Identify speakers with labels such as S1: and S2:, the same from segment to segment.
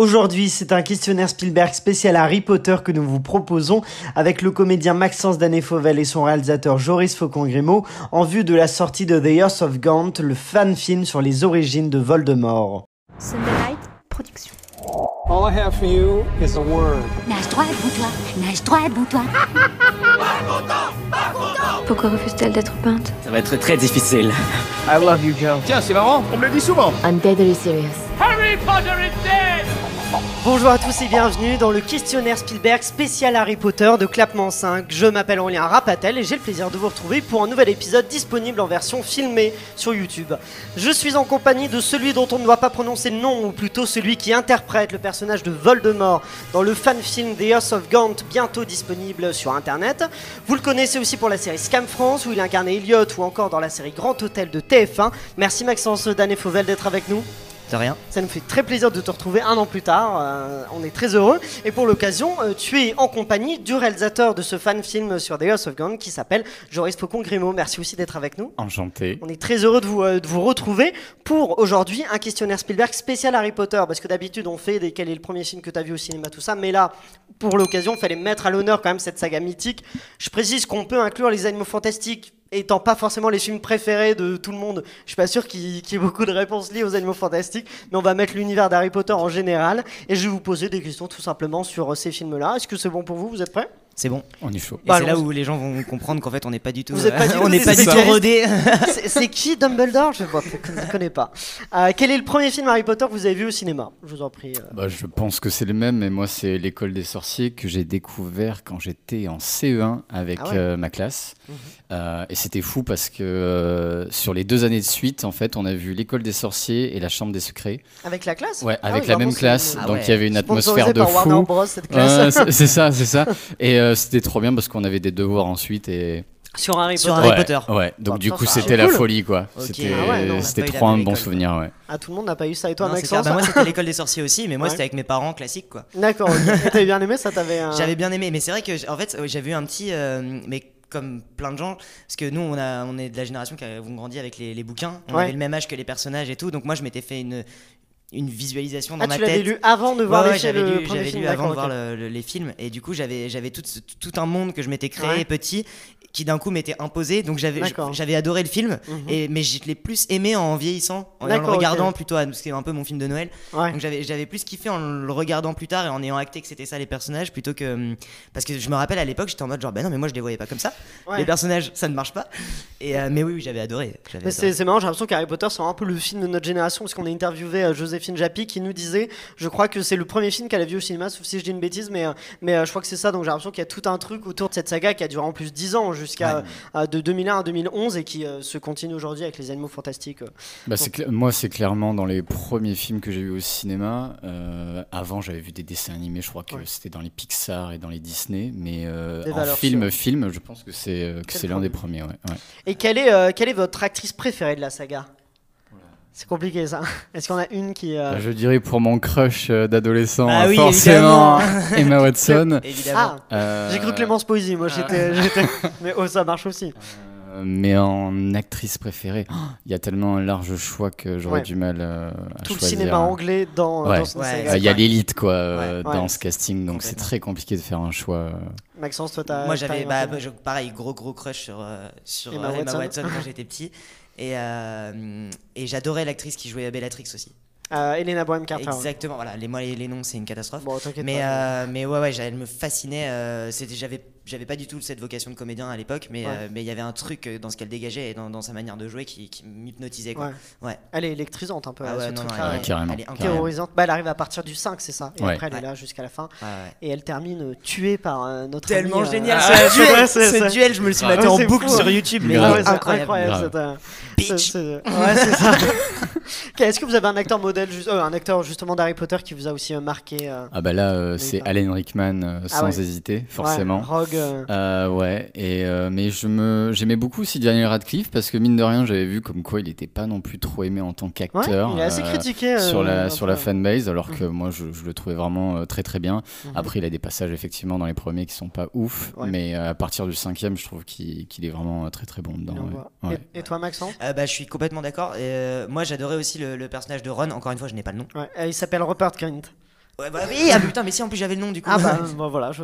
S1: Aujourd'hui, c'est un questionnaire Spielberg spécial Harry Potter que nous vous proposons avec le comédien Maxence Danet Fauvel et son réalisateur Joris Faucon-Grimaud en vue de la sortie de The Earth of Gaunt, le fan film sur les origines de Voldemort.
S2: Sunday Night Production.
S3: All I have for you is a word.
S4: Nage droit debout toi, nage droit debout toi.
S2: Pourquoi refuse-t-elle d'être peinte
S5: Ça va être très difficile.
S3: I love you, Joe. Tiens, c'est marrant, on me le dit souvent.
S6: I'm deadly serious.
S1: Bonjour à tous et bienvenue dans le questionnaire Spielberg spécial Harry Potter de Clapement 5. Je m'appelle Aurélien Rapatel et j'ai le plaisir de vous retrouver pour un nouvel épisode disponible en version filmée sur YouTube. Je suis en compagnie de celui dont on ne doit pas prononcer le nom, ou plutôt celui qui interprète le personnage de Voldemort dans le fan film The House of Gaunt, bientôt disponible sur internet. Vous le connaissez aussi pour la série Scam France, où il incarnait Elliot, ou encore dans la série Grand Hôtel de TF1. Merci Maxence Danet Fauvel d'être avec nous.
S7: De rien.
S1: Ça nous fait très plaisir de te retrouver un an plus tard. euh, on est très heureux. Et pour l'occasion, euh, tu es en compagnie du réalisateur de ce fan film sur The House of Gaunt qui s'appelle Joris Faucon Grimaud. Merci aussi d'être avec nous.
S7: Enchanté.
S1: On est très heureux de vous, euh, de vous retrouver pour aujourd'hui un questionnaire Spielberg spécial Harry Potter. Parce que d'habitude, on fait des quel est le premier film que tu as vu au cinéma, tout ça. Mais là, pour l'occasion, il fallait mettre à l'honneur quand même cette saga mythique. Je précise qu'on peut inclure les animaux fantastiques étant pas forcément les films préférés de tout le monde. Je suis pas sûr qu'il qu'il y ait beaucoup de réponses liées aux animaux fantastiques, mais on va mettre l'univers d'Harry Potter en général. Et je vais vous poser des questions tout simplement sur euh, ces films-là. Est-ce que c'est bon pour vous Vous êtes prêts
S7: C'est bon. On est chaud.
S1: Bah,
S7: Et c'est là
S1: allons-y.
S7: où les gens vont comprendre qu'en fait on n'est pas du tout. euh,
S1: Vous êtes pas du tout
S7: on n'est
S1: des
S7: pas du tout
S1: spécialistes.
S7: rodé.
S1: Ah, C'est- C'est qui Dumbledore Je ne connais pas. Euh, quel est le premier film Harry Potter que vous avez vu au cinéma Je vous en prie. euh.
S8: Bah, je pense que c'est le même, mais moi, c'est l'école des sorciers que j'ai découvert quand j'étais en CE1 avec
S1: Ah ouais.
S8: euh, ma classe. Euh, et c'était fou parce que euh, sur les deux années de suite, en fait, on a vu l'école des sorciers et la chambre des secrets.
S1: Avec la classe
S8: Ouais,
S1: Ah
S8: avec
S1: oui,
S8: la
S1: vraiment,
S8: même
S1: c'est-
S8: classe.
S7: Ah
S8: donc, il y
S7: ouais.
S8: avait une
S1: Sponsorisé
S8: atmosphère de
S1: par Warner
S8: fou.
S1: Bros, cette classe.
S8: Ouais, c'est c'est ça, c'est ça. Et euh, c'était trop bien parce qu'on avait des devoirs ensuite. Et...
S1: Sur Harry
S7: Sur
S1: Potter.
S7: Harry
S8: ouais,
S7: Potter.
S8: Ouais, donc
S7: Bah,
S8: du coup,
S1: putain, c'est
S8: c'était la
S1: cool.
S8: folie, quoi.
S7: Ok.
S8: C'était
S1: Ah ouais, non, on a
S8: c'était
S7: pas eu
S8: trop
S7: la
S8: un
S7: même
S8: bon
S7: école.
S8: souvenir, ouais.
S1: Ah, tout le monde n'a pas eu ça. Et toi,
S7: Non, c'est clair.
S1: Maxence
S7: Bah, moi c'était l'école des sorciers aussi, mais moi
S1: Ouais.
S7: c'était avec mes parents classiques quoi.
S1: D'accord, ok. Et t'avais bien aimé ça t'avais, euh,
S7: J'avais bien aimé, mais c'est vrai que j'- en fait euh, j'avais eu un petit, euh, mais comme plein de gens, parce que nous on a, on est de la génération qui a grandi avec les, les bouquins, on
S1: Ouais.
S7: avait le même âge que les personnages et tout, donc moi je m'étais fait une une visualisation dans
S1: Ah,
S7: ma
S1: tu
S7: tête.
S1: l'avais lu avant de voir
S7: Ouais,
S1: les
S7: ouais, j'avais
S1: le
S7: lu,
S1: premier
S7: j'avais
S1: film,
S7: lu avant
S1: d'accord,
S7: de voir
S1: ok.
S7: le- le- les films et du coup j'avais j'avais tout, ce- tout un monde que je m'étais créé
S1: Ouais.
S7: petit qui d'un coup m'était imposé donc j'avais
S1: D'accord.
S7: j'avais adoré le film
S1: Mhm.
S7: et mais je l'ai plus aimé en vieillissant en, le
S1: D'accord, ok.
S7: regardant plutôt à- parce que c'est un peu mon film de Noël
S1: Ouais.
S7: donc j'avais j'avais plus kiffé en le regardant plus tard et en ayant acté que c'était ça les personnages plutôt que hum, parce que je me rappelle à l'époque j'étais en mode genre bah non mais moi je les voyais pas comme ça
S1: Ouais.
S7: les personnages ça ne marche pas et euh, mais oui, oui, j'avais adoré j'avais
S1: Mais
S7: adoré.
S1: c'est c'est marrant, j'ai l'impression qu'Harry Potter c'est un peu le film de notre génération parce qu'on a interviewé euh, Joséphine Japy qui nous disait, je crois que c'est le premier film qu'elle a vu au cinéma, sauf si je dis une bêtise, mais euh, mais euh, je crois que c'est ça. Donc j'ai l'impression qu'il y a tout un truc autour de cette saga qui a duré en plus 10 ans jusqu'à euh, de 2001 à 2011 et qui euh, se continue aujourd'hui avec les Animaux Fantastiques. euh.
S8: Bah, c'est cla- moi, c'est clairement dans les premiers films que j'ai vus au cinéma. Euh, avant, j'avais vu des dessins animés, je crois que
S1: Ouais.
S8: c'était dans les Pixar et dans les Disney. Mais euh,
S1: Des
S8: en
S1: valeurs
S8: film,
S1: sûres.
S8: film, je pense que c'est euh, que
S1: C'est
S8: c'est
S1: le
S8: l'un des premiers. ouais, ouais.
S1: Et quelle est euh, quelle est votre actrice préférée de la saga C'est compliqué ça. Est-ce qu'on a une qui euh,
S8: Bah, je dirais pour mon crush euh, d'adolescent,
S7: Bah
S8: euh,
S7: oui,
S8: forcément, Emma Watson.
S7: évidemment
S1: Ah,
S8: Euh,
S1: j'ai cru Clémence Poésie, moi j'étais j'étais- mais oh ça marche aussi.
S8: euh, Mais en actrice préférée, oh, il y a tellement un large choix que j'aurais
S1: Ouais.
S8: du mal euh, à
S1: Tout le
S8: choisir.
S1: cinéma anglais dans,
S8: Ouais.
S1: dans son
S7: Ouais,
S1: saga.
S8: Euh, Il y a l'élite quoi
S1: Ouais.
S8: euh, dans
S1: Ouais.
S8: ce casting, donc c'est
S7: Complètement.
S8: très compliqué de faire un choix. euh,
S1: Maxence, toi, t'as.
S7: Moi
S1: t'as
S7: j'avais
S1: eu un
S7: bah,
S1: film
S7: je- pareil gros gros crush sur, euh, sur
S1: Emma
S7: euh, Emma,
S1: Watson.
S7: Watson quand j'étais petit et, euh, et j'adorais l'actrice qui jouait Bellatrix aussi.
S1: Euh, Elena Bonham Carter. ouais.
S7: Exactement voilà les moi les, les noms c'est une catastrophe.
S1: Bon, t'inquiète
S7: mais
S1: pas.
S7: euh, mais ouais ouais j'a- elle me fascinait euh, c'était j'avais j'avais pas du tout cette vocation de comédien à l'époque mais
S1: Ouais.
S7: euh, mais il y avait un truc euh, dans ce qu'elle dégageait et dans, dans sa manière de jouer qui, qui m'hypnotisait quoi.
S1: Ouais.
S7: Ouais.
S1: Elle est électrisante un peu.
S7: Ah
S1: elle,
S7: ouais,
S1: ce
S7: non, non,
S1: truc-là,
S7: elle
S8: ouais,
S7: est-
S1: elle
S8: carrément,
S7: elle
S1: est
S7: est incroyable.
S8: carrément.
S1: terrorisante. Bah, elle arrive à partir du 5, c'est ça. Et
S8: Ouais.
S1: après, elle est
S7: Ouais.
S1: là jusqu'à la fin.
S7: Ouais, ouais.
S1: Et elle termine euh, tuée par euh, notre.
S7: Tellement
S1: ami, euh,
S7: génial
S1: ah,
S7: ce,
S1: c'est
S7: duel,
S1: vrai, c'est-
S7: ce
S1: c'est-
S7: duel je me le suis
S8: Grave.
S7: maté en
S1: Ouais, c'est
S7: boucle
S1: fou,
S7: sur
S1: hein.
S7: YouTube mais
S1: Ah ouais, c'est
S7: incroyable.
S1: incroyable. euh,
S8: Grave.
S1: c'est un- c'est-
S7: Bitch.
S1: c'est- euh, ouais, c'est ça. Ok, Est-ce que vous avez un acteur modèle, juste- euh, un acteur justement d'Harry Potter qui vous a aussi euh, marqué euh,
S8: Ah bah là, euh,
S1: Oui,
S8: c'est
S1: bah.
S8: Alan Rickman euh, sans
S1: ouais.
S8: hésiter,
S1: ouais,
S8: forcément.
S1: Rogue. euh,
S8: Euh, ouais, et euh, mais je me j'aimais beaucoup aussi Daniel Radcliffe parce que mine de rien j'avais vu comme quoi il était pas non plus trop aimé en tant
S1: Ouais,
S8: qu'acteur
S1: il est assez
S8: euh,
S1: critiqué. euh,
S8: sur la
S1: un
S8: sur
S1: peu.
S8: la fanbase alors que moi je, je le trouvais vraiment euh, très très bien. Après il a des passages effectivement dans les premiers qui sont pas ouf,
S1: Mhm. Ouais.
S8: mais euh, à partir du cinquième je trouve qu'il qu'il est vraiment euh, très très bon dedans.
S1: Il en
S8: ouais.
S1: voit.
S8: Ouais.
S1: Et, et toi, Maxence
S7: Euh, bah, je suis complètement d'accord. Et, euh, moi, j'adorais aussi le, le personnage de Ron. Encore une fois, je n'ai pas le nom.
S1: Ouais, euh, Il s'appelle Rupert Grint.
S7: Ouais, bah oui, ah putain, mais si en plus j'avais le nom du coup.
S1: Ah bah, bon, voilà, je...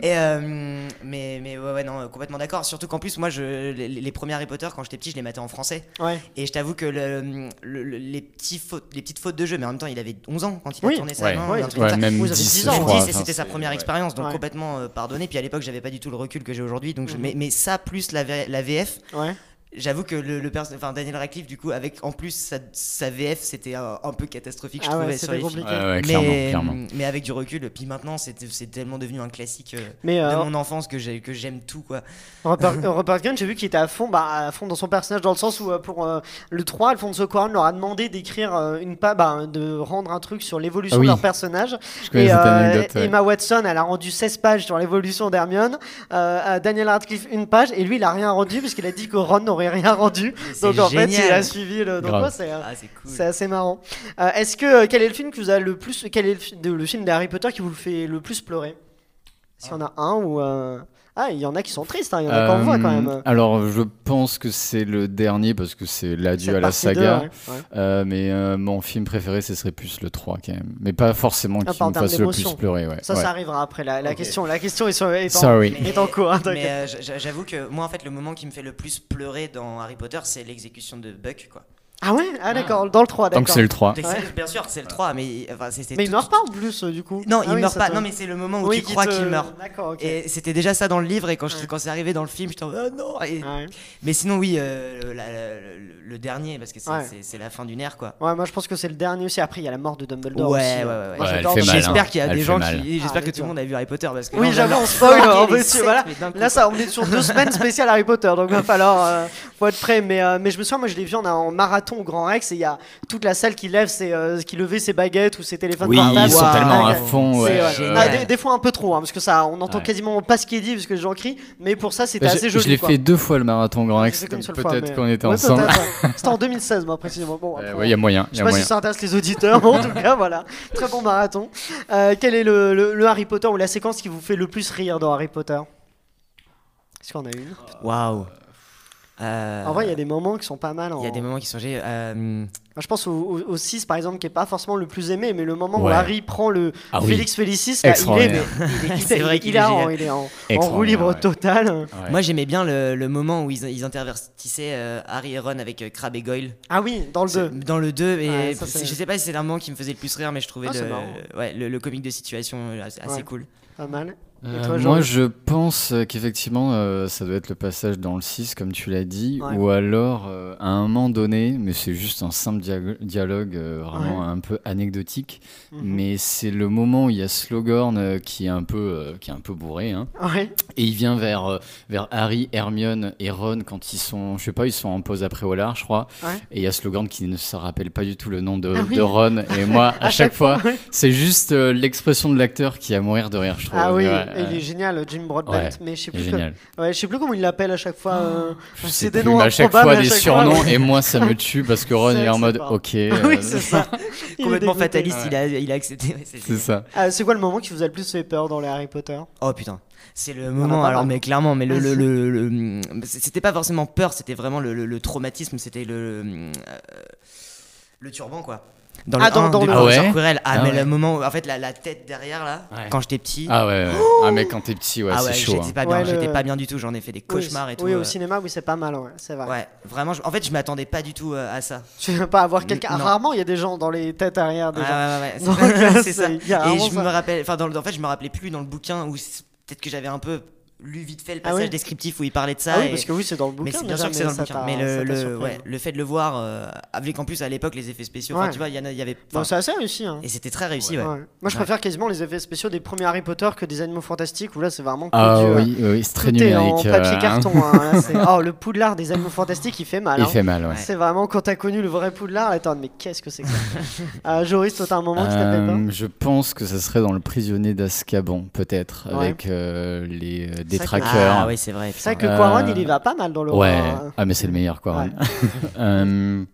S7: Et euh, mais mais ouais, ouais, non euh, complètement d'accord. Surtout qu'en plus moi je les, les premiers Harry Potter quand j'étais petit je les mettais en français
S1: ouais.
S7: et je t'avoue que le- le- le- les petits fautes les petites fautes de jeu mais en même temps il avait 11 ans quand il
S1: Oui.
S7: a tourné ça.
S8: Ouais,
S7: non,
S1: ouais,
S7: un truc
S8: ouais,
S7: comme ça.
S8: même
S7: Oui, ça fait
S8: 10,
S7: dix
S8: je
S1: hein.
S7: ans,
S8: crois.
S7: 10, et
S8: Enfin,
S7: c'était sa
S8: c'est-
S7: première
S8: ouais.
S7: expérience donc
S1: Ouais. Mm-hmm.
S7: complètement euh, pardonné. Puis à l'époque j'avais pas du tout le recul que j'ai aujourd'hui donc je, mais mais ça plus la V- la VF
S1: ouais.
S7: J'avoue que le, le perso- enfin Daniel Radcliffe du coup avec en plus sa, sa VF c'était un, un peu catastrophique je
S1: Ah ouais,
S7: trouvais
S1: c'était
S7: sur les films.
S1: compliqué.
S8: Ouais, ouais,
S7: mais,
S8: clairement, clairement.
S1: euh,
S7: mais avec du recul puis maintenant c'est c'est tellement devenu un classique euh,
S1: Mais
S7: de
S1: euh,
S7: mon enfance que j'ai que j'aime tout quoi.
S1: Robert, euh, Robert Gunn, j'ai vu qu'il était à fond, bah, à fond dans son personnage, dans le sens où euh, pour euh, le 3, Alfonso Cuarón leur a demandé d'écrire euh, une pa bah, de rendre un truc sur l'évolution
S8: Ah oui.
S1: de leur personnage.
S8: Je connais
S1: et
S8: cette
S1: euh,
S8: anecdote. ouais.
S1: Emma Watson, elle a rendu 16 pages sur l'évolution d'Hermione. Euh, euh, Daniel Radcliffe, une page. Et lui, il a rien rendu, puisqu'il a dit que Ron n'aurait rien rendu.
S7: C'est
S1: Donc en fait,
S7: génial.
S1: il a suivi le. Donc,
S8: Grave.
S1: ouais, c'est. euh,
S7: Ah c'est cool.
S1: C'est assez marrant. Euh, Est-ce que euh, quel est le film que vous a le plus, quel est le, fi- de- le film d'Harry Potter qui vous le fait le plus pleurer S'il y en a un ou euh, ah, il y en a qui sont tristes, hein, il y en a qu'on voit quand
S8: Euh,
S1: même.
S8: Alors, je pense que c'est le dernier parce que c'est l'adieu à la
S1: Cette partie
S8: saga.
S1: deux, ouais, ouais.
S8: Euh, mais euh, mon film préféré, ce serait plus le 3 quand même. Mais pas forcément
S1: Ah,
S8: qui
S1: pas en
S8: me
S1: termes
S8: fasse le plus
S1: d'émotion.
S8: pleurer. Ouais.
S1: Ça,
S8: Ouais.
S1: ça arrivera après. La, la
S7: Ok.
S1: question, la question est, sur, est en,
S8: Sorry.
S1: est en cours. hein,
S7: Mais
S1: t'inquiète.
S7: euh, j- j- j'avoue que moi en fait le moment qui me fait le plus pleurer dans Harry Potter c'est l'exécution de Buck quoi.
S1: ah ouais, ah d'accord, dans le 3
S8: Tant que
S1: d'accord.
S8: c'est le 3.
S7: Donc, c'est- Bien sûr c'est le 3 mais enfin c'est c'est
S1: Mais il
S7: tout-
S1: meurt pas en plus euh, du coup.
S7: Non
S1: Ah
S7: il
S1: oui,
S7: meurt
S1: ça
S7: pas.
S1: te-
S7: Non mais c'est le moment où
S1: Oui,
S7: tu
S1: qui
S7: crois
S1: te-
S7: qu'il meurt.
S1: D'accord. ok.
S7: Et c'était déjà ça dans le livre et quand, je-
S1: Ouais.
S7: quand c'est arrivé dans le film, j'étais en mode, ah non Et-
S1: Ouais.
S7: Mais sinon, oui, euh, la- la- le, le dernier, parce que c'est
S1: Ouais.
S7: c'est- c'est la fin d'une ère, quoi.
S1: Ouais, moi je pense que c'est le dernier aussi. Après, il y a la mort de Dumbledore.
S7: Ouais,
S1: aussi,
S7: ouais,
S1: euh.
S7: ouais,
S1: Moi,
S8: ouais. Ouais, elle
S1: j'adore
S8: fait mal, hein.
S1: Dumbledore.
S7: J'espère qu'il y a
S8: Elle
S7: des
S8: fait
S7: gens
S8: mal.
S7: qui. J'espère
S1: Ah,
S7: que tout
S1: ouais.
S7: le monde a vu Harry Potter, parce que.
S1: Oui,
S7: là,
S1: j'avoue,
S7: leur
S1: on spoil,
S7: spoil
S1: hein,
S7: les
S1: monsieur,
S7: sept,
S1: voilà.
S7: mais d'un coup,
S1: Là, ça, on est sur deux semaines spéciales Harry Potter, donc va falloir euh, faut être prêt. Mais, euh, mais je me souviens, moi, je l'ai vu en, en marathon au Grand Rex et il y a toute la salle qui lève, ses, euh, qui levait ses baguettes ou ses téléphones
S8: Oui,
S1: portables.
S8: ils sont
S7: Waouh.
S8: tellement à
S1: Ouais.
S8: fond.
S1: C'est-
S8: ouais.
S1: ouais.
S8: Euh,
S1: Ah, des, des fois un peu trop, hein, parce que ça, on entend
S8: Ouais.
S1: quasiment pas ce qui est dit, parce que les gens crient. Mais pour ça, c'était
S8: bah,
S1: assez
S8: je
S1: joli.
S8: je l'ai
S1: quoi.
S8: fait deux fois le marathon Grand
S1: Je
S8: Rex.
S1: l'ai fait qu'une seule fois, mais-
S8: Peut-être qu'on était
S1: Ouais,
S8: ensemble.
S1: peut-être, ouais. C'était en 2016, moi, précisément. Bon,
S8: Euh,
S1: après,
S8: ouais, il y a moyen.
S1: Je
S8: il
S1: sais
S8: Y a
S1: pas
S8: moyen.
S1: si ça intéresse les auditeurs, mais en tout cas, voilà. Très bon marathon. Euh, quel est le, le- le Harry Potter ou la séquence qui vous fait le plus rire dans Harry Potter Est-ce qu'on a une
S7: Waouh. Euh,
S1: En vrai, il y a des moments qui sont pas mal. En...
S7: il y a des moments qui sont gé- euh,
S1: Moi, je pense au, au- au 6, par exemple, qui est pas forcément le plus aimé, mais le moment où
S8: Ouais.
S1: Harry prend le
S8: Ah oui.
S1: Félix Felicis, là, il est,
S8: Extraordinaire.
S1: mais il est,
S7: C'est vrai
S1: il,
S7: qu'il
S1: est
S7: est
S1: en,
S7: génial.
S1: il est en, en roue
S8: Extraordinaire,
S1: libre
S8: ouais.
S1: totale.
S8: Ouais.
S7: Moi, j'aimais bien le, le moment où ils, ils intervertissaient euh, Harry et Ron avec euh, Crabbe et Goyle.
S1: Ah oui, dans le 2.
S7: Dans le 2, et
S1: Ouais, ça,
S7: c'est-
S1: c'est-
S7: je sais pas si c'est un moment qui me faisait le plus rire, mais je trouvais
S1: Ah, c'est marrant.
S7: le, ouais, le, le comique de situation euh, assez
S1: Ouais.
S7: cool.
S1: Pas mal.
S8: Euh,
S1: toi, Jean
S8: moi, je pense euh, qu'effectivement, euh, ça doit être le passage dans le 6, comme tu l'as dit,
S1: Ouais.
S8: ou alors euh, à un moment donné, mais c'est juste un simple diago- dialogue euh, vraiment un peu anecdotique,
S1: Mhm.
S8: mais c'est le moment où il y a Slogorn euh, qui est un peu, euh, qui est un peu bourré, hein,
S1: Ouais.
S8: et il vient vers, euh, vers Harry, Hermione et Ron quand ils sont, je sais pas, ils sont en pause après au large, je crois.
S1: Ouais.
S8: Et il y a Slogan qui ne se rappelle pas du tout le nom de,
S1: Ah oui.
S8: de Ron. Et moi, à chaque fois,
S1: ouais.
S8: c'est juste euh, l'expression de l'acteur qui est à mourir de rire, je trouve.
S1: Ah oui,
S8: Ouais,
S1: et il
S8: ouais.
S1: est génial, Jim Broadbent,
S8: Ouais,
S1: mais je sais
S8: Il est
S1: plus que-
S8: génial.
S1: ouais, je sais plus comment il l'appelle à chaque fois. euh,
S8: Je
S1: C'est
S8: sais
S1: des
S8: plus,
S1: noms
S8: mais à chaque
S1: improbables
S8: fois
S1: à
S8: des
S1: chaque
S8: surnoms
S1: fois, ouais.
S8: et moi ça me tue parce que Ron
S1: C'est
S8: il est en mode
S1: acceptable.
S8: ok
S1: Ah oui,
S8: euh,
S1: c'est ça. Il est
S7: Complètement
S1: dégoûté.
S7: fataliste, il, a, il a accepté. ouais, c'est
S8: c'est ça
S1: Ah, c'est quoi le moment qui vous a le plus fait peur dans les Harry Potter
S7: Oh putain, c'est le
S1: en a
S7: moment.
S1: pas
S7: Alors,
S1: mal.
S7: mais clairement, mais le, le,
S1: Vas-y.
S7: le- le- mm, c'était pas forcément peur, c'était vraiment le, le- le traumatisme, c'était le mm, euh, le turban quoi. Dans le
S1: Ah, dans-
S7: 1
S1: dans
S7: de
S1: le-
S7: Professeur
S8: Ah ouais
S7: Quirrell. Ah,
S8: Ah
S7: mais
S8: ouais.
S7: le moment, où- en fait, la, la tête derrière là,
S8: Ouais.
S7: quand j'étais petit.
S8: ah ouais, ouais. ah mais quand t'es petit ouais
S7: ah
S8: c'est chaud
S7: j'étais
S8: hein.
S7: pas bien,
S1: Oh Ouais,
S7: j'étais
S1: le-
S7: pas bien du tout, j'en ai fait des cauchemars
S1: oui,
S7: et tout.
S1: Oui,
S7: euh,
S1: au cinéma, oui, c'est pas mal, ouais, c'est vrai.
S7: ouais, vraiment. je- en fait, je m'attendais pas du tout euh, à ça.
S1: Tu veux pas avoir quelqu'un.
S7: Mm, non. Ah
S1: Rarement, il y a des gens dans les têtes arrière des
S7: Ouais,
S1: gens.
S7: ouais,
S1: Donc,
S7: ouais, ouais,
S1: là,
S7: c'est
S1: c'est-
S7: ça.
S1: il
S7: Et
S1: y a vraiment
S7: je me
S1: ça.
S7: rappelle, enfin, dans le- en fait, je me rappelais plus dans le bouquin où c'est- peut-être que j'avais un peu lu vite fait le
S1: Ah
S7: passage
S1: oui.
S7: descriptif où il parlait de ça.
S1: Ah oui,
S7: et-
S1: parce que oui, c'est dans le bouquin.
S7: mais c'est bien
S1: déjà,
S7: sûr que c'est dans le
S1: ça
S7: bouquin.
S1: t'a-
S7: Mais
S1: ça
S7: le,
S1: t'a
S7: le-
S1: surpris.
S7: ouais, le fait de le voir, euh, avec en plus à l'époque les effets spéciaux, enfin
S1: Ouais.
S7: tu vois, il y, en a- il y avait.
S1: Bon,
S7: enfin,
S1: c'est assez réussi. hein.
S7: Et c'était très réussi, ouais.
S1: Ouais. Moi, je
S7: Ouais.
S1: préfère quasiment les effets spéciaux des premiers Harry Potter que des Animaux Fantastiques où là, c'est vraiment.
S8: ah
S1: que du, euh,
S8: oui, oui c'est très
S1: tout est en
S8: numérique euh,
S1: papier
S8: hein.
S1: carton. hein. Là, c'est- oh, le poudlard des Animaux Fantastiques, il fait mal.
S8: il
S1: hein.
S8: fait mal ouais
S1: C'est vraiment quand t'as connu le vrai poudlard, attends, mais qu'est-ce que c'est que ça euh, Joris, toi, t'as un moment qui t'appelle pas
S8: Euh, je pense que ça serait dans le prisonnier d'Azkaban peut-être
S1: Ouais.
S8: avec euh, les euh, détraqueurs
S7: Ah oui, c'est vrai.
S1: C'est vrai
S7: putain.
S1: que
S8: Euh,
S1: Quaron, il y va pas mal dans le.
S8: Ouais.
S1: euh,
S8: ah mais c'est le meilleur quoi
S1: Ouais.
S8: Euh,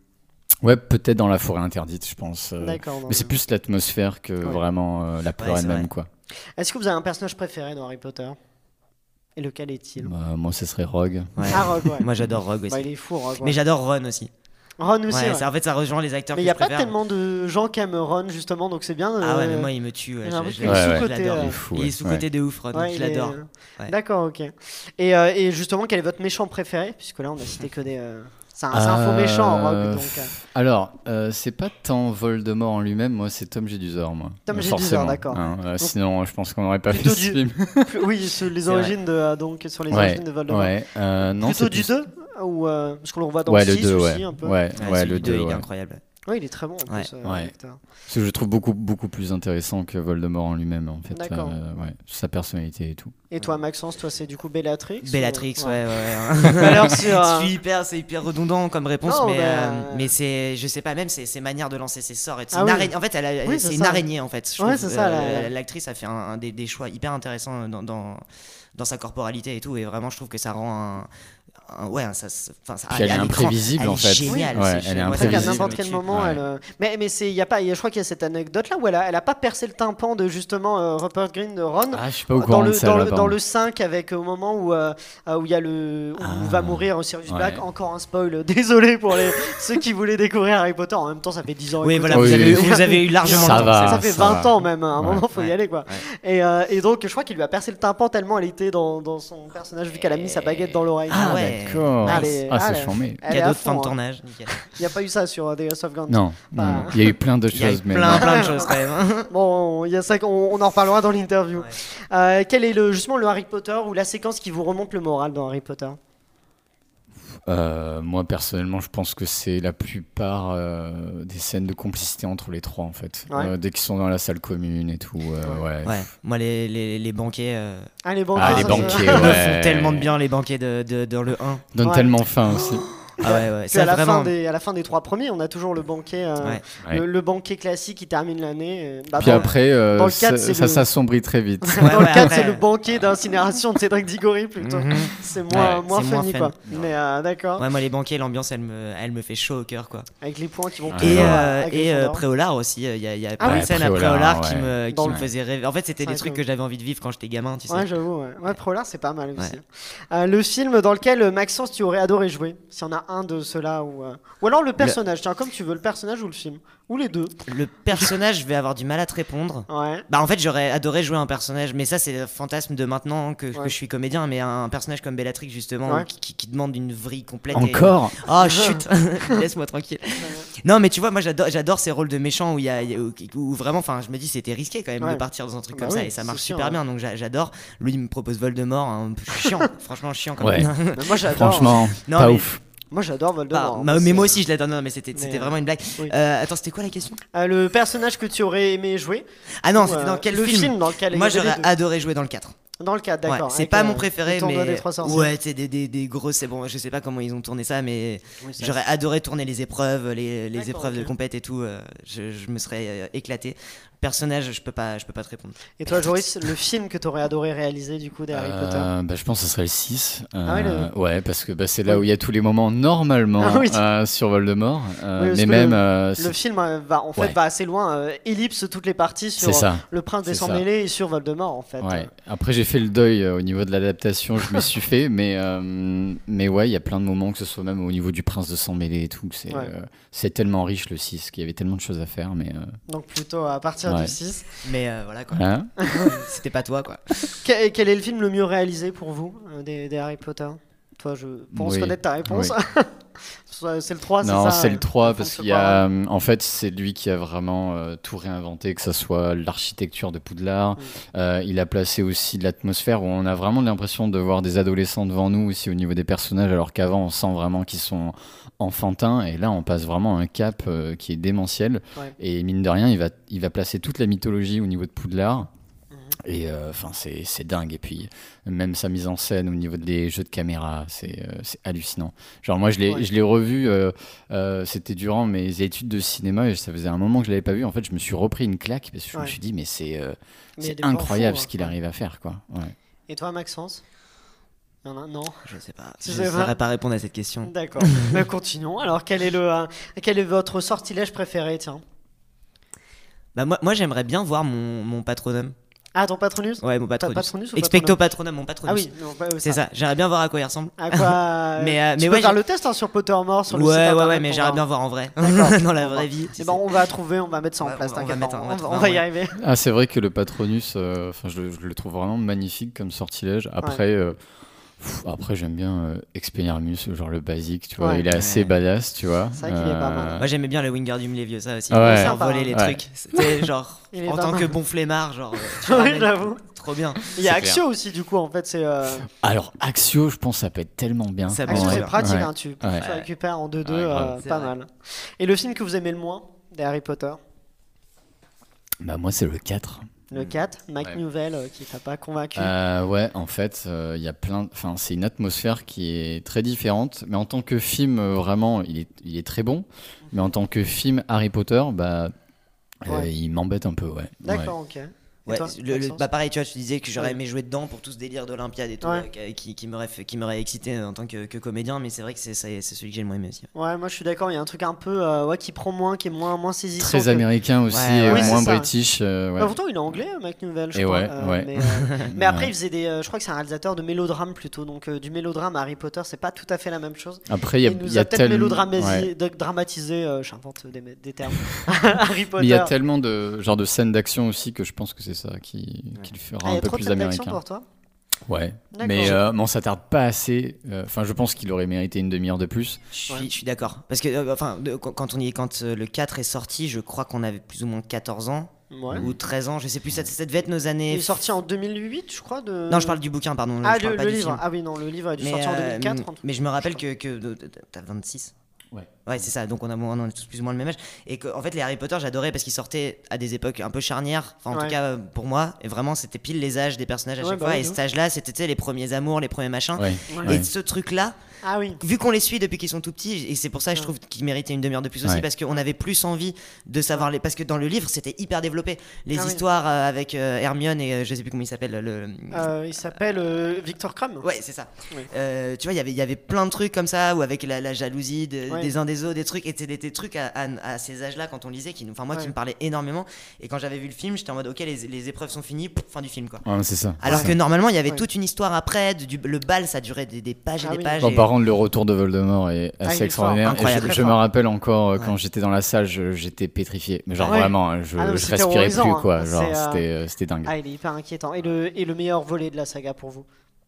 S8: ouais peut-être dans la forêt interdite je pense euh,
S1: D'accord. non.
S8: mais c'est plus l'atmosphère que vraiment euh, la peur
S7: Ouais, c'est
S8: elle-même
S7: vrai.
S8: quoi
S1: bah. Est-ce que vous avez un personnage préféré dans Harry Potter Et lequel est-il
S8: Euh, moi ce serait Rogue
S7: Ouais.
S1: Ah, Rogue, ouais.
S7: Moi j'adore Rogue aussi.
S1: Bah, il est fou, Rogue.
S7: Mais
S1: ouais.
S7: j'adore Ron aussi.
S1: Ron aussi.
S7: Ouais,
S1: ouais.
S7: ça- en fait, ça rejoint les acteurs
S1: Mais il
S7: que
S1: n'y a
S7: je
S1: pas
S7: préfère.
S1: tellement de Jean Cameron, justement, donc c'est bien.
S7: hein. Ah ouais,
S1: euh,
S7: mais moi, il me tue. ouais,
S1: j'ai
S7: je-
S1: l'impression
S7: je-
S1: qu'il est
S7: je
S1: sous-coté,
S7: l'adore.
S1: ouais. Il est
S8: fou,
S7: Il
S8: ouais.
S7: est sous-côté de ouf, Ron,
S1: ouais,
S7: donc je
S1: il est-
S7: l'adore. Ouais.
S1: D'accord, ok. Et, euh, et justement, quel est votre méchant préféré Puisque là, on a cité que des. euh, C'est un, c'est un faux méchant en rock,
S8: Euh,
S1: donc. euh,
S8: Alors, euh, c'est pas tant Voldemort en lui-même, moi, c'est Tom Jedusor, moi.
S1: Tom
S8: Euh,
S1: Jedusor,
S8: forcément,
S1: d'accord.
S8: hein, euh, sinon, je pense qu'on n'aurait pas fait
S1: Plutôt
S8: ce
S1: du-
S8: film.
S1: plus- oui, sur les
S7: C'est vrai.
S1: origines de. euh, donc, sur les
S8: Ouais,
S1: origines de Voldemort.
S8: ouais. euh, non,
S1: Plutôt
S8: c'est
S1: du
S8: plus-
S1: 2 ou euh, Parce qu'on le revoit dans
S8: Ouais,
S1: le
S8: le
S1: 6
S8: 2,
S1: aussi,
S8: ouais.
S1: un peu. Ah,
S8: Ouais,
S7: Ouais,
S8: ouais,
S7: celui
S8: le
S7: du deux,
S8: 2,
S7: il est
S8: ouais.
S7: incroyable.
S1: Ouais, il est très bon en
S7: Ouais.
S1: plus. euh,
S8: Ouais.
S1: l'acteur.
S8: Parce que je le trouve beaucoup, beaucoup plus intéressant que Voldemort en lui-même, en fait.
S1: D'accord.
S8: Euh, ouais, sa personnalité et tout.
S1: Et toi, Maxence, toi, c'est du coup Bellatrix ou-
S7: Bellatrix, ouais, ouais. ouais.
S1: Alors, sur, euh,
S7: C'est hyper, c'est hyper redondant comme réponse,
S1: Non,
S7: mais,
S1: bah,
S7: euh, mais c'est, je sais pas, même ses, ses manières de lancer ses sorts et de- c'est
S1: Ah
S7: une
S1: oui.
S7: araignée. En fait, elle a- elle-
S1: Oui, c'est
S7: c'est une
S1: ça.
S7: araignée en fait. je
S1: Ouais,
S7: trouve.
S1: c'est ça,
S7: Euh,
S1: la-
S7: L'actrice a fait un, un des, des choix hyper intéressants euh, dans, dans, dans sa corporalité et tout, et vraiment, je trouve que ça rend un. un- ouais, un- ça, ça- enfin, ça-
S8: Puis elle
S7: à-
S8: est
S7: à l'écran,
S8: imprévisible,
S7: elle
S8: en
S7: est
S8: fait.
S7: géniale,
S8: Ouais,
S7: c'est-
S8: elle est
S7: moi,
S1: C'est vrai qu'à
S7: ça me
S1: n'importe quel
S7: tue.
S1: moment,
S8: Ouais.
S1: elle. euh, Mais, mais c'est, y a pas, y a- je crois qu'il y a cette anecdote là où elle a, elle a pas percé le tympan de justement euh, Rupert Green de Ron.
S8: Ah, je suis pas au
S1: dans
S8: courant
S1: le,
S8: de ça,
S1: dans,
S8: là,
S1: le,
S8: pardon.
S1: dans le 5 avec au moment où euh, euh, où il y a le où
S8: Ah.
S1: va mourir euh, Sirius
S8: Ouais.
S1: Black encore un spoil euh, désolé pour les, ceux qui voulaient découvrir Harry Potter en même temps ça fait 10 ans
S7: Oui,
S1: écoutez.
S7: voilà,
S8: Oui,
S7: vous, avez,
S8: oui.
S7: vous avez eu largement
S8: Ça
S7: le temps.
S8: va.
S7: c'est
S1: ça fait
S8: ça
S1: 20
S8: va.
S1: ans même, hein. à un
S8: Ouais.
S1: moment faut y
S7: Ouais.
S1: aller quoi. Et, euh, et donc je crois qu'il lui a percé le tympan tellement elle était dans, dans son personnage vu qu'elle a mis sa baguette dans l'oreille.
S7: Ah ouais.
S8: D'accord.
S1: Ah, les-
S8: Ah,
S1: ah,
S8: c'est
S1: les-
S8: charmé.
S1: Elle est
S7: Cadeau
S1: à
S7: de fin
S1: fond,
S7: de
S1: hein.
S7: tournage. nickel.
S1: Il n'y a pas eu ça sur euh, Days of Gone.
S8: Non,
S1: Bah,
S8: non, non. il y a eu plein d'autres
S7: Il y a eu
S8: choses, mais.
S7: plein, plein de choses quand même. hein.
S1: Bon, il y a ça qu'on on en reparlera dans l'interview.
S7: Ouais.
S1: Euh, quel est le, justement le Harry Potter ou la séquence qui vous remonte le moral dans Harry Potter
S8: Euh, moi personnellement, je pense que c'est la plupart euh, des scènes de complicité entre les trois en fait.
S1: Ouais.
S8: Euh, dès qu'ils sont dans la salle commune et tout. euh, ouais.
S7: Ouais, moi, les, les, les banquets. euh,
S1: Ah, les banquiers.
S8: Ah, les
S1: ça,
S8: banquiers,
S1: ça-
S7: Ils me
S8: ouais.
S7: font tellement de bien les banquets de, de- dans le 1.
S8: Donne
S1: Ouais.
S8: tellement faim aussi.
S7: Ah ouais, ouais,
S1: Puis à,
S7: ça
S1: la
S7: vraiment.
S1: fin des, à la fin des trois premiers, on a toujours le banquet, euh,
S7: Ouais.
S1: le, le banquet classique qui termine l'année. euh, bah,
S8: Puis
S1: dans-
S8: après, euh,
S1: dans le
S8: ça,
S1: quatre, c'est
S8: ça
S1: le-
S8: s'assombrit très vite.
S7: Ouais,
S1: dans
S7: ouais,
S1: le 4,
S7: après-
S1: c'est le banquet d'incinération de Cédric Diggory plutôt.
S7: Mhm.
S1: C'est moins,
S7: Ouais,
S1: moins
S7: c'est moins
S1: funny
S7: fun.
S1: quoi.
S7: Non.
S1: Mais euh, d'accord,
S7: Ouais, moi, les banquets, l'ambiance, elle me, elle me fait chaud au cœur, quoi.
S1: avec les points qui vont
S8: Et,
S1: toujours
S7: Et,
S1: à-
S7: euh,
S1: à
S7: et euh,
S1: Gryffondor.
S7: Préolard aussi, il y a, y a plein
S8: oui.
S7: de scènes à
S8: Préolard,
S7: Préolard qui
S8: ouais.
S7: me,
S1: Ah Dans
S7: qui me
S1: le-
S7: faisait rêver. En fait, c'était
S1: C'est
S7: des
S1: vrai
S7: trucs
S1: que-
S7: que j'avais envie de vivre quand j'étais gamin, tu sais.
S1: Ouais, j'avoue, ouais. Ouais, Prolard, c'est pas mal aussi.
S7: Ouais.
S1: Euh, le film dans lequel, euh, Maxence, tu aurais adoré jouer, s'il y en a un de ceux-là, ou, euh, ou alors le personnage, tiens, comme tu veux, le personnage ou le film, ou les deux.
S7: Le personnage, je vais avoir du mal à te répondre.
S1: Ouais.
S7: Bah en fait j'aurais adoré jouer un personnage, mais ça c'est le fantasme de maintenant que, que
S1: Ouais.
S7: je suis comédien, mais un personnage comme Bellatrix justement
S1: Ouais.
S7: qui, qui- qui demande une vrille complète. et-
S8: Encore
S7: Oh chut, laisse-moi tranquille. Non mais tu vois, moi j'adore, j'adore ces rôles de méchants où il y a, où, où vraiment, enfin je me dis c'était risqué quand même
S1: Ouais.
S7: de partir dans un truc
S1: Bah
S7: comme ça
S1: oui,
S7: et ça
S1: c'est
S7: marche
S1: sûr,
S7: super
S1: ouais.
S7: bien, donc j'a- j'adore. Lui il me propose Voldemort, un peu chiant, franchement chiant quand
S8: Ouais.
S7: même.
S1: Mais moi, j'adore.
S8: Franchement,
S7: Non,
S8: pas
S7: mais-
S8: ouf.
S1: Moi, j'adore Voldemort.
S7: Bah,
S1: hein,
S7: bah,
S1: parce
S7: mais
S1: que-
S7: moi aussi je l'adore, non, non, mais c'était, c'était
S1: euh,
S7: vraiment une blague.
S1: oui.
S7: Euh, attends, c'était quoi la question
S1: Euh, le personnage que tu aurais aimé jouer.
S7: Ah non,
S1: ou,
S7: c'était
S1: euh,
S7: dans quel
S1: le
S7: film,
S1: dans lequel
S7: Moi
S1: il y avait
S7: j'aurais
S1: les deux.
S7: adoré jouer dans le 4.
S1: Dans le 4, d'accord.
S7: Ouais, c'est
S1: avec,
S7: pas
S1: euh,
S7: mon
S1: le
S7: préféré,
S1: tournoi
S7: mais
S1: des trois sorciers.
S7: ouais, c'est des, des, des gros, c'est bon. Je sais pas comment ils ont tourné ça, mais
S1: Oui, ça-
S7: j'aurais adoré tourner les épreuves, les, les
S1: D'accord,
S7: épreuves de
S1: ok.
S7: compète et tout. euh, je, je me serais euh, éclaté. Personnage, je peux pas, je peux pas te répondre.
S1: Et toi, Joris, le film que tu aurais adoré réaliser du coup des Harry Potter
S8: Euh, bah, je pense que ce serait le 6.
S1: Ah ouais,
S8: Euh, Ouais, parce que bah, c'est là où il y a tous les moments normalement
S1: Ah oui.
S8: euh, sur Voldemort. Euh,
S1: Oui, parce
S8: mais
S1: que
S8: même. euh, c'est-
S1: Le film euh, va en fait
S8: Ouais.
S1: va assez loin, euh, ellipse toutes les parties sur euh,
S8: c'est ça.
S1: le prince des
S8: C'est
S1: sans
S8: ça.
S1: mêlés et sur Voldemort en fait.
S8: Ouais. Après, j'ai fait le deuil euh, au niveau de l'adaptation, je me suis fait, mais, euh, mais ouais, il y a plein de moments, que ce soit même au niveau du Prince de Sang Mêlé et tout, que c'est
S1: Ouais.
S8: euh, c'est tellement riche le 6, qu'il y avait tellement de choses à faire, mais euh,
S1: Donc plutôt à partir
S8: Ouais.
S1: du 6.
S7: Mais euh, voilà quoi.
S8: voilà.
S7: C'était pas toi quoi.
S1: Que- quel est le film le mieux réalisé pour vous euh, des, des Harry Potter Toi, je pense
S8: Oui.
S1: connaître ta réponse. Soit- c'est le 3, c'est ça
S8: Non, c'est
S1: euh,
S8: le 3,
S1: Alphonse
S8: parce qu'il
S1: Cuarón.
S8: y a. euh, En fait, c'est lui qui a vraiment euh, tout réinventé, que ce soit l'architecture de Poudlard.
S1: Mm.
S8: euh, il a placé aussi de l'atmosphère où on a vraiment l'impression de voir des adolescents devant nous aussi au niveau des personnages, alors qu'avant, on sent vraiment qu'ils sont enfantins. Et là, on passe vraiment à un cap euh, qui est démentiel.
S1: Ouais.
S8: Et mine de rien, il va, il va placer toute la mythologie au niveau de Poudlard.
S1: Mhm.
S8: Et euh, enfin, c'est c'est dingue. Et puis, même sa mise en scène au niveau des jeux de caméra, c'est euh, c'est hallucinant. Genre, moi, je l'ai
S1: Ouais.
S8: je l'ai revu, euh, euh, c'était durant mes études de cinéma, et ça faisait un moment que je l'avais pas vu. En fait, je me suis repris une claque parce que je me
S1: Ouais.
S8: suis dit, mais c'est euh,
S1: Mais il y a
S8: c'est
S1: des plans
S8: incroyable
S1: fous,
S8: ce qu'il
S1: hein.
S8: arrive à faire, quoi. Ouais.
S1: Et toi, Maxence Il y en a un Non
S7: Je sais pas.
S1: Tu
S7: Je
S1: sais pas.
S7: saurais pas répondre à cette question.
S1: D'accord. Mais continuons. Alors, quel est, le, euh, quel est votre sortilège préféré Tiens.
S7: Bah moi, moi j'aimerais bien voir mon, mon patronum.
S1: Ah, ton patronus
S7: Ouais, mon patronus.
S1: patronus ou
S7: Expecto patronum, mon patronus.
S1: Ah oui, non, bah,
S7: C'est ça, j'aimerais bien voir à quoi il ressemble.
S1: À quoi
S7: Mais,
S1: euh,
S7: euh,
S1: tu
S7: mais
S1: peux
S7: ouais,
S1: faire
S7: j'ai-
S1: le test hein, sur Pottermore, sur le site
S7: ouais, ouais,
S1: internet
S7: ouais, mais
S1: pour
S7: j'aimerais bien
S1: voir.
S7: voir en vrai.
S1: D'accord.
S7: Dans la
S1: Bon,
S7: vraie vie.
S1: C'est bon, on va trouver, on va mettre ça en
S7: Ouais,
S1: place,
S7: on va- on va
S1: t'inquiète,
S7: mettre un-
S1: on,
S7: on va
S1: va-
S7: trouver
S1: on va
S7: un
S1: y
S7: moyen.
S1: arriver.
S8: Ah, c'est vrai que le Patronus, euh, enfin, je, le- je le trouve vraiment magnifique comme sortilège. Après, euh, pff, après j'aime bien euh, Expelliarmus, genre le basique, tu vois.
S1: Ouais.
S8: Il est assez
S7: Ouais.
S8: badass, tu vois. Euh,
S1: C'est vrai qu'il est pas mal.
S7: Moi j'aimais bien le Wingardium Leviosa aussi.
S8: Ah ouais.
S7: Ça volait les
S8: Ouais.
S7: trucs. C'était genre
S1: Il est
S7: en
S1: pas
S7: tant
S1: mal.
S7: que bon flemmard, genre. euh, tu
S1: Oui,
S7: ramènes-
S1: j'avoue.
S7: Trop bien.
S1: Il y a
S8: C'est
S1: Axio
S8: clair.
S1: aussi, du coup, en fait, c'est. euh,
S8: Alors, Axio, je pense ça peut être tellement bien.
S7: Ça peut
S1: Axio,
S7: ouais.
S1: c'est pratique,
S8: Ah Ouais.
S1: hein, tu, tu
S8: Ouais.
S1: récupères en 2-2,
S8: Ouais,
S1: euh,
S8: grave.
S7: C'est
S1: pas
S7: vrai.
S1: mal. Et le film que vous aimez le moins des Harry Potter
S8: Bah, moi, c'est le 4.
S1: Le 4, Mike
S8: Hmm. Ouais.
S1: Newell, euh, qui t'a pas convaincu.
S8: Euh, ouais, en fait, euh, il y a plein. Enfin, c'est une atmosphère qui est très différente. Mais en tant que film, euh, vraiment, il est, il est très bon. Mais en tant que film Harry Potter, bah, euh,
S1: Ouais.
S8: il m'embête un peu, ouais.
S1: D'accord, ok. Et
S7: Ouais,
S1: toi,
S7: le- le-
S1: Maxence
S7: bah pareil, tu vois, tu disais que j'aurais
S1: Ouais.
S7: aimé jouer dedans pour tout ce délire d'Olympiade et tout,
S1: Ouais.
S7: euh, qui, qui m'aurait fait- qui m'aurait excité en tant que, que comédien, mais c'est vrai que c'est c'est- c'est celui que j'ai le moins aimé aussi.
S1: Ouais, moi je suis d'accord, il y a un truc un peu euh, ouais, qui prend moins, qui est moins, moins saisissant.
S8: Très
S1: que-
S8: américain aussi,
S7: Ouais,
S8: euh,
S1: ouais. Oui,
S8: moins
S1: c'est ça.
S8: british. euh, ouais.
S1: Bah, pourtant, il est anglais, euh, Mike Newell, je
S8: Et
S1: crois.
S8: ouais, ouais.
S1: Mais, euh, mais après,
S8: Ouais.
S1: il faisait des. euh, je crois que c'est un réalisateur de mélodrame plutôt. Donc, euh, du mélodrame à Harry Potter, c'est pas tout à fait la même chose.
S8: Après, il y a,
S1: il
S8: il
S1: nous
S8: y
S1: a,
S8: a
S1: peut-être
S8: tellement-
S1: mélodramatisé,
S8: ouais.
S1: de- dramatisé euh, j'invente des, des termes, Harry Potter.
S8: Mais il y a tellement de genre de scènes d'action aussi que je pense que c'est ça qui, qui le fera
S1: Ah, il y
S8: un
S1: a
S8: peu
S1: trop de
S8: plus
S1: scènes d'action
S8: américain.
S1: pour toi
S8: Ouais.
S1: D'accord.
S8: Mais euh, mais on s'attarde pas assez. euh, Enfin, je pense qu'il aurait mérité une demi-heure de plus.
S7: Je suis,
S1: Ouais.
S7: je suis d'accord. Parce que, euh, enfin, de- quand, quand on y est, quand euh, le 4 est sorti, je crois qu'on avait plus ou moins 14 ans
S1: Ouais.
S7: ou 13 ans, je sais plus, ça, ça devait être nos années.
S1: Il euh, est sorti en 2008, je crois. De...
S7: Non, je parle du bouquin, pardon.
S1: Ah,
S7: je parle
S1: le,
S7: pas
S1: le
S7: du
S1: livre.
S7: film.
S1: Ah oui, non, le livre a dû sortir en
S7: euh,
S1: 2004.
S7: mm,
S1: en tout.
S7: mais je me rappelle que, que de- de- de- t'as 26.
S8: Ouais.
S7: Ouais, c'est ça. Donc on a, on a tous plus ou moins le même âge. Et que, en fait, les Harry Potter, j'adorais parce qu'ils sortaient à des époques un peu charnières. Enfin, en
S1: Ouais.
S7: tout cas, euh, pour moi, et vraiment, c'était pile les âges des personnages à
S1: Ouais,
S7: chaque
S1: bah
S7: fois.
S1: oui,
S7: et
S1: de
S7: cet âge-là, c'était tu sais, les premiers amours, les premiers machins.
S8: Ouais.
S1: Ah. Ouais.
S7: Et
S8: Ouais.
S7: ce truc-là,
S1: Ah oui.
S7: vu qu'on les suit depuis qu'ils sont tout petits, et c'est pour ça que je trouve qu'ils méritaient une demi-heure de plus aussi,
S8: Ouais.
S7: parce qu'on avait plus envie de savoir les. Parce que dans le livre, c'était hyper développé. Les
S1: Ah oui.
S7: histoires euh, avec euh, Hermione et euh, je sais plus comment il s'appelle, le.
S1: Euh, il s'appelle euh, Victor Krum.
S7: Ouais, c'est ça.
S1: Ouais.
S7: Euh, tu vois, il y avait- il y avait plein de trucs comme ça, ou avec la, la jalousie de-
S1: Ouais.
S7: des uns des autres, des trucs, et c'était des, des trucs à, à- à ces âges-là, quand on lisait, qui, nous- enfin moi
S1: Ouais.
S7: qui me parlait énormément, et quand j'avais vu le film, j'étais en mode, ok, les, les épreuves sont finies, pff, fin du film, quoi.
S8: Ouais, c'est ça.
S7: Alors
S8: Ouais.
S7: que normalement, il y avait
S1: Ouais.
S7: toute une histoire après, du- du- le bal, ça durait des, des pages et
S1: Ah
S7: des
S1: oui.
S7: pages.
S8: Bon,
S7: et-
S8: par contre, le retour de Voldemort est
S1: Ah, il
S8: assez
S1: est
S8: extraordinaire.
S7: fort.
S8: Et
S7: Incroyable.
S8: je- je
S1: Très
S8: me
S1: fort.
S8: rappelle encore euh, quand
S7: Ouais.
S8: j'étais dans la salle, je- j'étais pétrifié. Mais genre
S1: Ah ouais.
S8: vraiment, hein, je,
S1: Ah non,
S8: je
S1: c'était
S8: respirais
S1: horrorisant,
S8: plus
S1: hein.
S8: quoi. Genre,
S1: C'est, euh,
S8: c'était euh, c'était dingue.
S1: Ah, il est hyper inquiétant. Et le, et le meilleur volet de la saga pour vous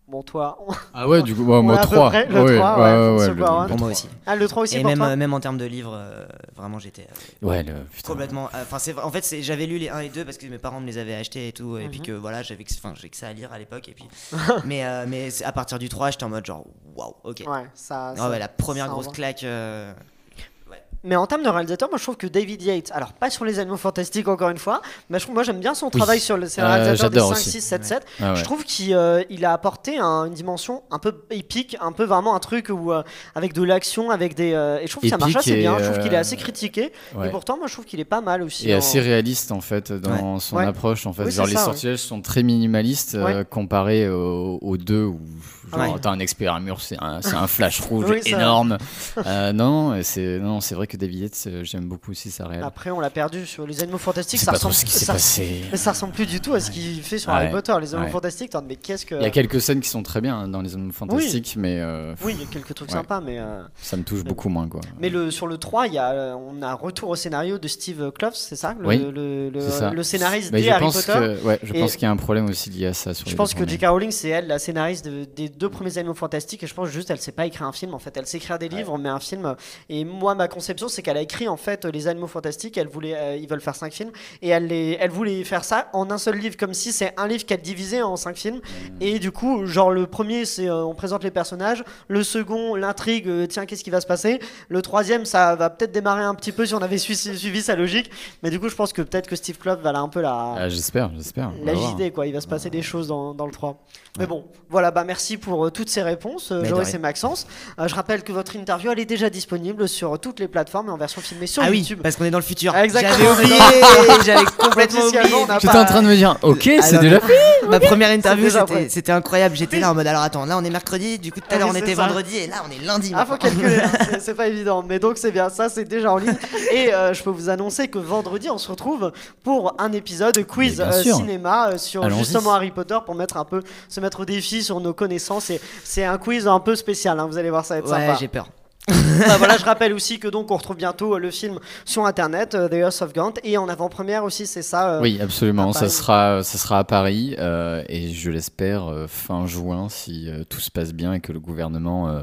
S1: Bon, toi. on-
S8: Ah ouais, du coup, ouais,
S1: on
S8: moi
S1: a à peu
S8: 3.
S1: près le trois, ouais, Fonce
S8: le-
S1: Baron.
S8: le
S7: Pour moi
S8: trois.
S7: aussi.
S1: Ah, le 3 aussi
S7: Et
S1: pour
S7: même,
S1: toi
S7: euh, même en termes de livres, euh, vraiment, j'étais euh,
S8: Ouais, le- putain.
S7: complètement. euh, Enfin, c'est en fait, c'est- j'avais lu les 1 et 2 parce que mes parents me les avaient achetés et tout, et puis
S1: Mhm.
S7: que voilà, j'avais que, enfin, j'ai que ça à lire à l'époque. Et puis, mais euh, mais c'est- à partir du 3, j'étais en mode genre, waouh, ok.
S1: Ouais, ça.
S7: Ah
S1: ça-
S7: ouais, la première
S1: ça
S7: grosse
S1: envoie.
S7: claque. euh,
S1: Mais en termes de réalisateur, moi je trouve que David Yates, alors pas sur les animaux fantastiques encore une fois, mais je trouve, moi j'aime bien son travail sur le c'est le
S8: Euh,
S1: réalisateur des
S8: j'adore
S1: 5,
S8: aussi.
S1: 6, 7, 7.
S8: Ah ouais.
S1: Je trouve qu'il euh, il a apporté un- une dimension un peu épique, un peu vraiment un truc où euh, avec de l'action, avec des euh, et je trouve que ça marche
S8: Épique
S1: assez
S8: et,
S1: bien. Je trouve qu'il est
S8: euh,
S1: assez critiqué
S8: ouais.
S1: et pourtant moi je trouve qu'il est pas mal aussi.
S8: Et
S1: en-
S8: assez réaliste en fait dans son
S1: Ouais.
S8: approche en fait
S1: Oui,
S8: genre
S1: c'est
S8: les
S1: ça,
S8: sortilèges sont très minimalistes euh,
S1: Ouais.
S8: comparés au- aux, deux où genre
S7: Ouais.
S8: t'as un Expelliarmus c'est un, c'est un flash rouge
S1: Oui, ça-
S8: énorme Euh, non et c'est non c'est vrai que David Yates euh, j'aime beaucoup aussi sa réelle
S1: Après on l'a perdu sur les animaux
S8: je
S1: fantastiques,
S8: sais
S1: ça
S8: pas trop
S1: ressemble
S8: ce qui s'est
S1: ça-
S8: passé Ah
S1: mais ça ressemble plus du tout à ce qu'il fait sur
S8: Ouais.
S1: Harry Potter, les animaux
S8: Ouais.
S1: fantastiques, t'en dis, mais qu'est-ce que
S8: il y a quelques scènes qui sont très bien hein, dans les hommes fantastiques mais euh,
S1: euh, Oui, il y a quelques trucs
S8: Ouais.
S1: sympas mais euh,
S8: ça me touche beaucoup moins quoi
S1: Mais le, sur le 3, il y a, euh, on a un retour au scénario de Steve Kloves, c'est ça le,
S8: Oui,
S1: le, le-
S8: c'est ça
S1: euh, le scénariste
S8: mais
S1: des
S8: je
S1: Harry
S8: pense
S1: Potter.
S8: que ouais je
S1: Et-
S8: pense qu'il y a un problème aussi lié à ça sur
S1: Je
S8: les
S1: pense
S8: deux
S1: que
S8: premiers.
S1: J.K. Rowling, c'est elle, la scénariste de- des deux premiers Animaux Fantastiques, et je pense juste elle sait pas écrire un film, en fait. Elle sait écrire des livres, mais un film. euh, Et moi, ma conception, c'est qu'elle a écrit, en fait, euh, les Animaux Fantastiques, elle voulait, euh, ils veulent faire cinq films, et elle, les, elle voulait faire ça en un seul livre, comme si c'est un livre qu'elle divisait en cinq films.
S8: Hmm.
S1: Et du coup, genre, le premier, c'est euh, on présente les personnages, le second, l'intrigue, euh, tiens, qu'est-ce qui va se passer, le troisième, ça va peut-être démarrer un petit peu si on avait su- suivi sa logique, mais du coup, je pense que peut-être que Steve Kloves va là un peu la
S8: Ah, j'espère j'espère On va voir. Euh.
S1: l'agité quoi il va se passer des choses dans, dans le 3 mais bon voilà bah merci pour euh, toutes ces réponses euh,
S7: Mais de
S1: Joris
S7: rien.
S1: et Maxence Euh, je rappelle que votre interview elle est déjà disponible sur toutes les plateformes et en version filmée sur
S7: Ah oui,
S1: YouTube Ah,
S7: parce qu'on est dans le futur.
S1: Exactement.
S7: J'avais oublié, j'avais complètement oublié.
S1: Officiellement, on a
S8: J'étais
S1: pas-
S8: en train de me dire, ok,
S7: Ah
S8: c'est
S7: non, mais-
S8: déjà fait.
S7: ma première interview,
S1: déjà
S7: c'était-
S1: vrai.
S7: c'était incroyable. J'étais là en mode alors attends, là on est mercredi, du coup tout à
S1: Ah, Oui,
S7: l'heure on
S1: c'est
S7: était
S1: ça.
S7: vendredi et là on est lundi.
S8: Bah,
S1: Ah, faut
S7: maintenant.
S1: calculer, hein, c'est- c'est pas évident. Mais donc, c'est bien, ça, c'est déjà en ligne. Et euh, je peux vous annoncer que vendredi, on se retrouve pour un épisode quiz
S8: Mais bien
S1: euh,
S8: sûr.
S1: cinéma euh, sur
S8: Allons-y.
S1: justement Harry Potter pour mettre un peu, se mettre au défi sur nos connaissances. Et c'est un quiz un peu spécial, hein, vous allez voir, ça va être
S7: Ouais,
S1: sympa.
S7: j'ai peur.
S1: Bah, voilà, je rappelle aussi que donc on retrouve bientôt euh, le film sur internet, euh, The House of Gant, et en avant-première aussi, c'est ça. euh,
S8: Oui, absolument.
S1: à
S8: Ça
S1: Paris.
S8: sera, ça sera à Paris euh, et je l'espère euh, fin juin si euh, tout se passe bien et que le gouvernement euh,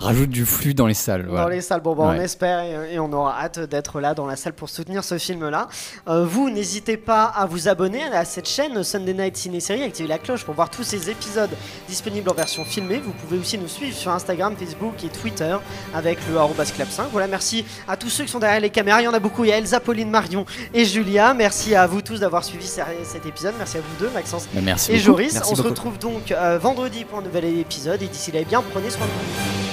S8: rajoute du flux dans les salles.
S1: Dans
S8: voilà.
S1: les salles, bon, bah, on
S8: Ouais.
S1: espère et, et on aura hâte d'être là dans la salle pour soutenir ce film-là. Euh, vous, n'hésitez pas à vous abonner à cette chaîne Sunday Night Ciné Série, activez la cloche pour voir tous ces épisodes disponibles en version filmée. Vous pouvez aussi nous suivre sur Instagram, Facebook et Twitter avec le arrobas clap 5. Voilà, merci à tous ceux qui sont derrière les caméras. Il y en a beaucoup. Il y a Elsa, Pauline, Marion et Julia. Merci à vous tous d'avoir suivi ces- cet épisode. Merci à vous deux, Maxence
S8: Mais Merci
S1: et
S8: beaucoup.
S1: Joris.
S7: Merci
S1: on se
S7: beaucoup.
S1: retrouve donc euh, vendredi pour un nouvel épisode. Et d'ici là, eh bien, prenez soin de vous.